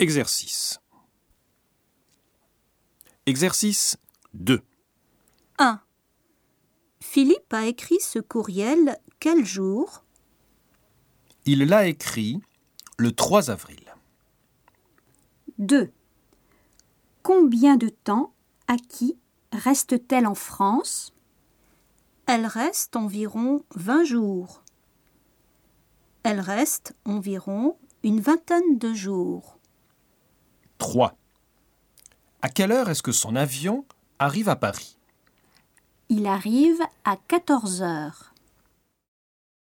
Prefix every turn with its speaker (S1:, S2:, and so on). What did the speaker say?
S1: Exercice. Exercice 2.
S2: 1. Philippe a écrit ce courriel quel jour
S1: Il l'a écrit le 3 avril.
S2: 2. Combien de temps Aki reste-t-elle en France Elle reste environ 20 jours. Elle reste environ une vingtaine de jours.
S1: 3. À quelle heure est-ce que son avion arrive à Paris
S2: Il arrive à 14 heures.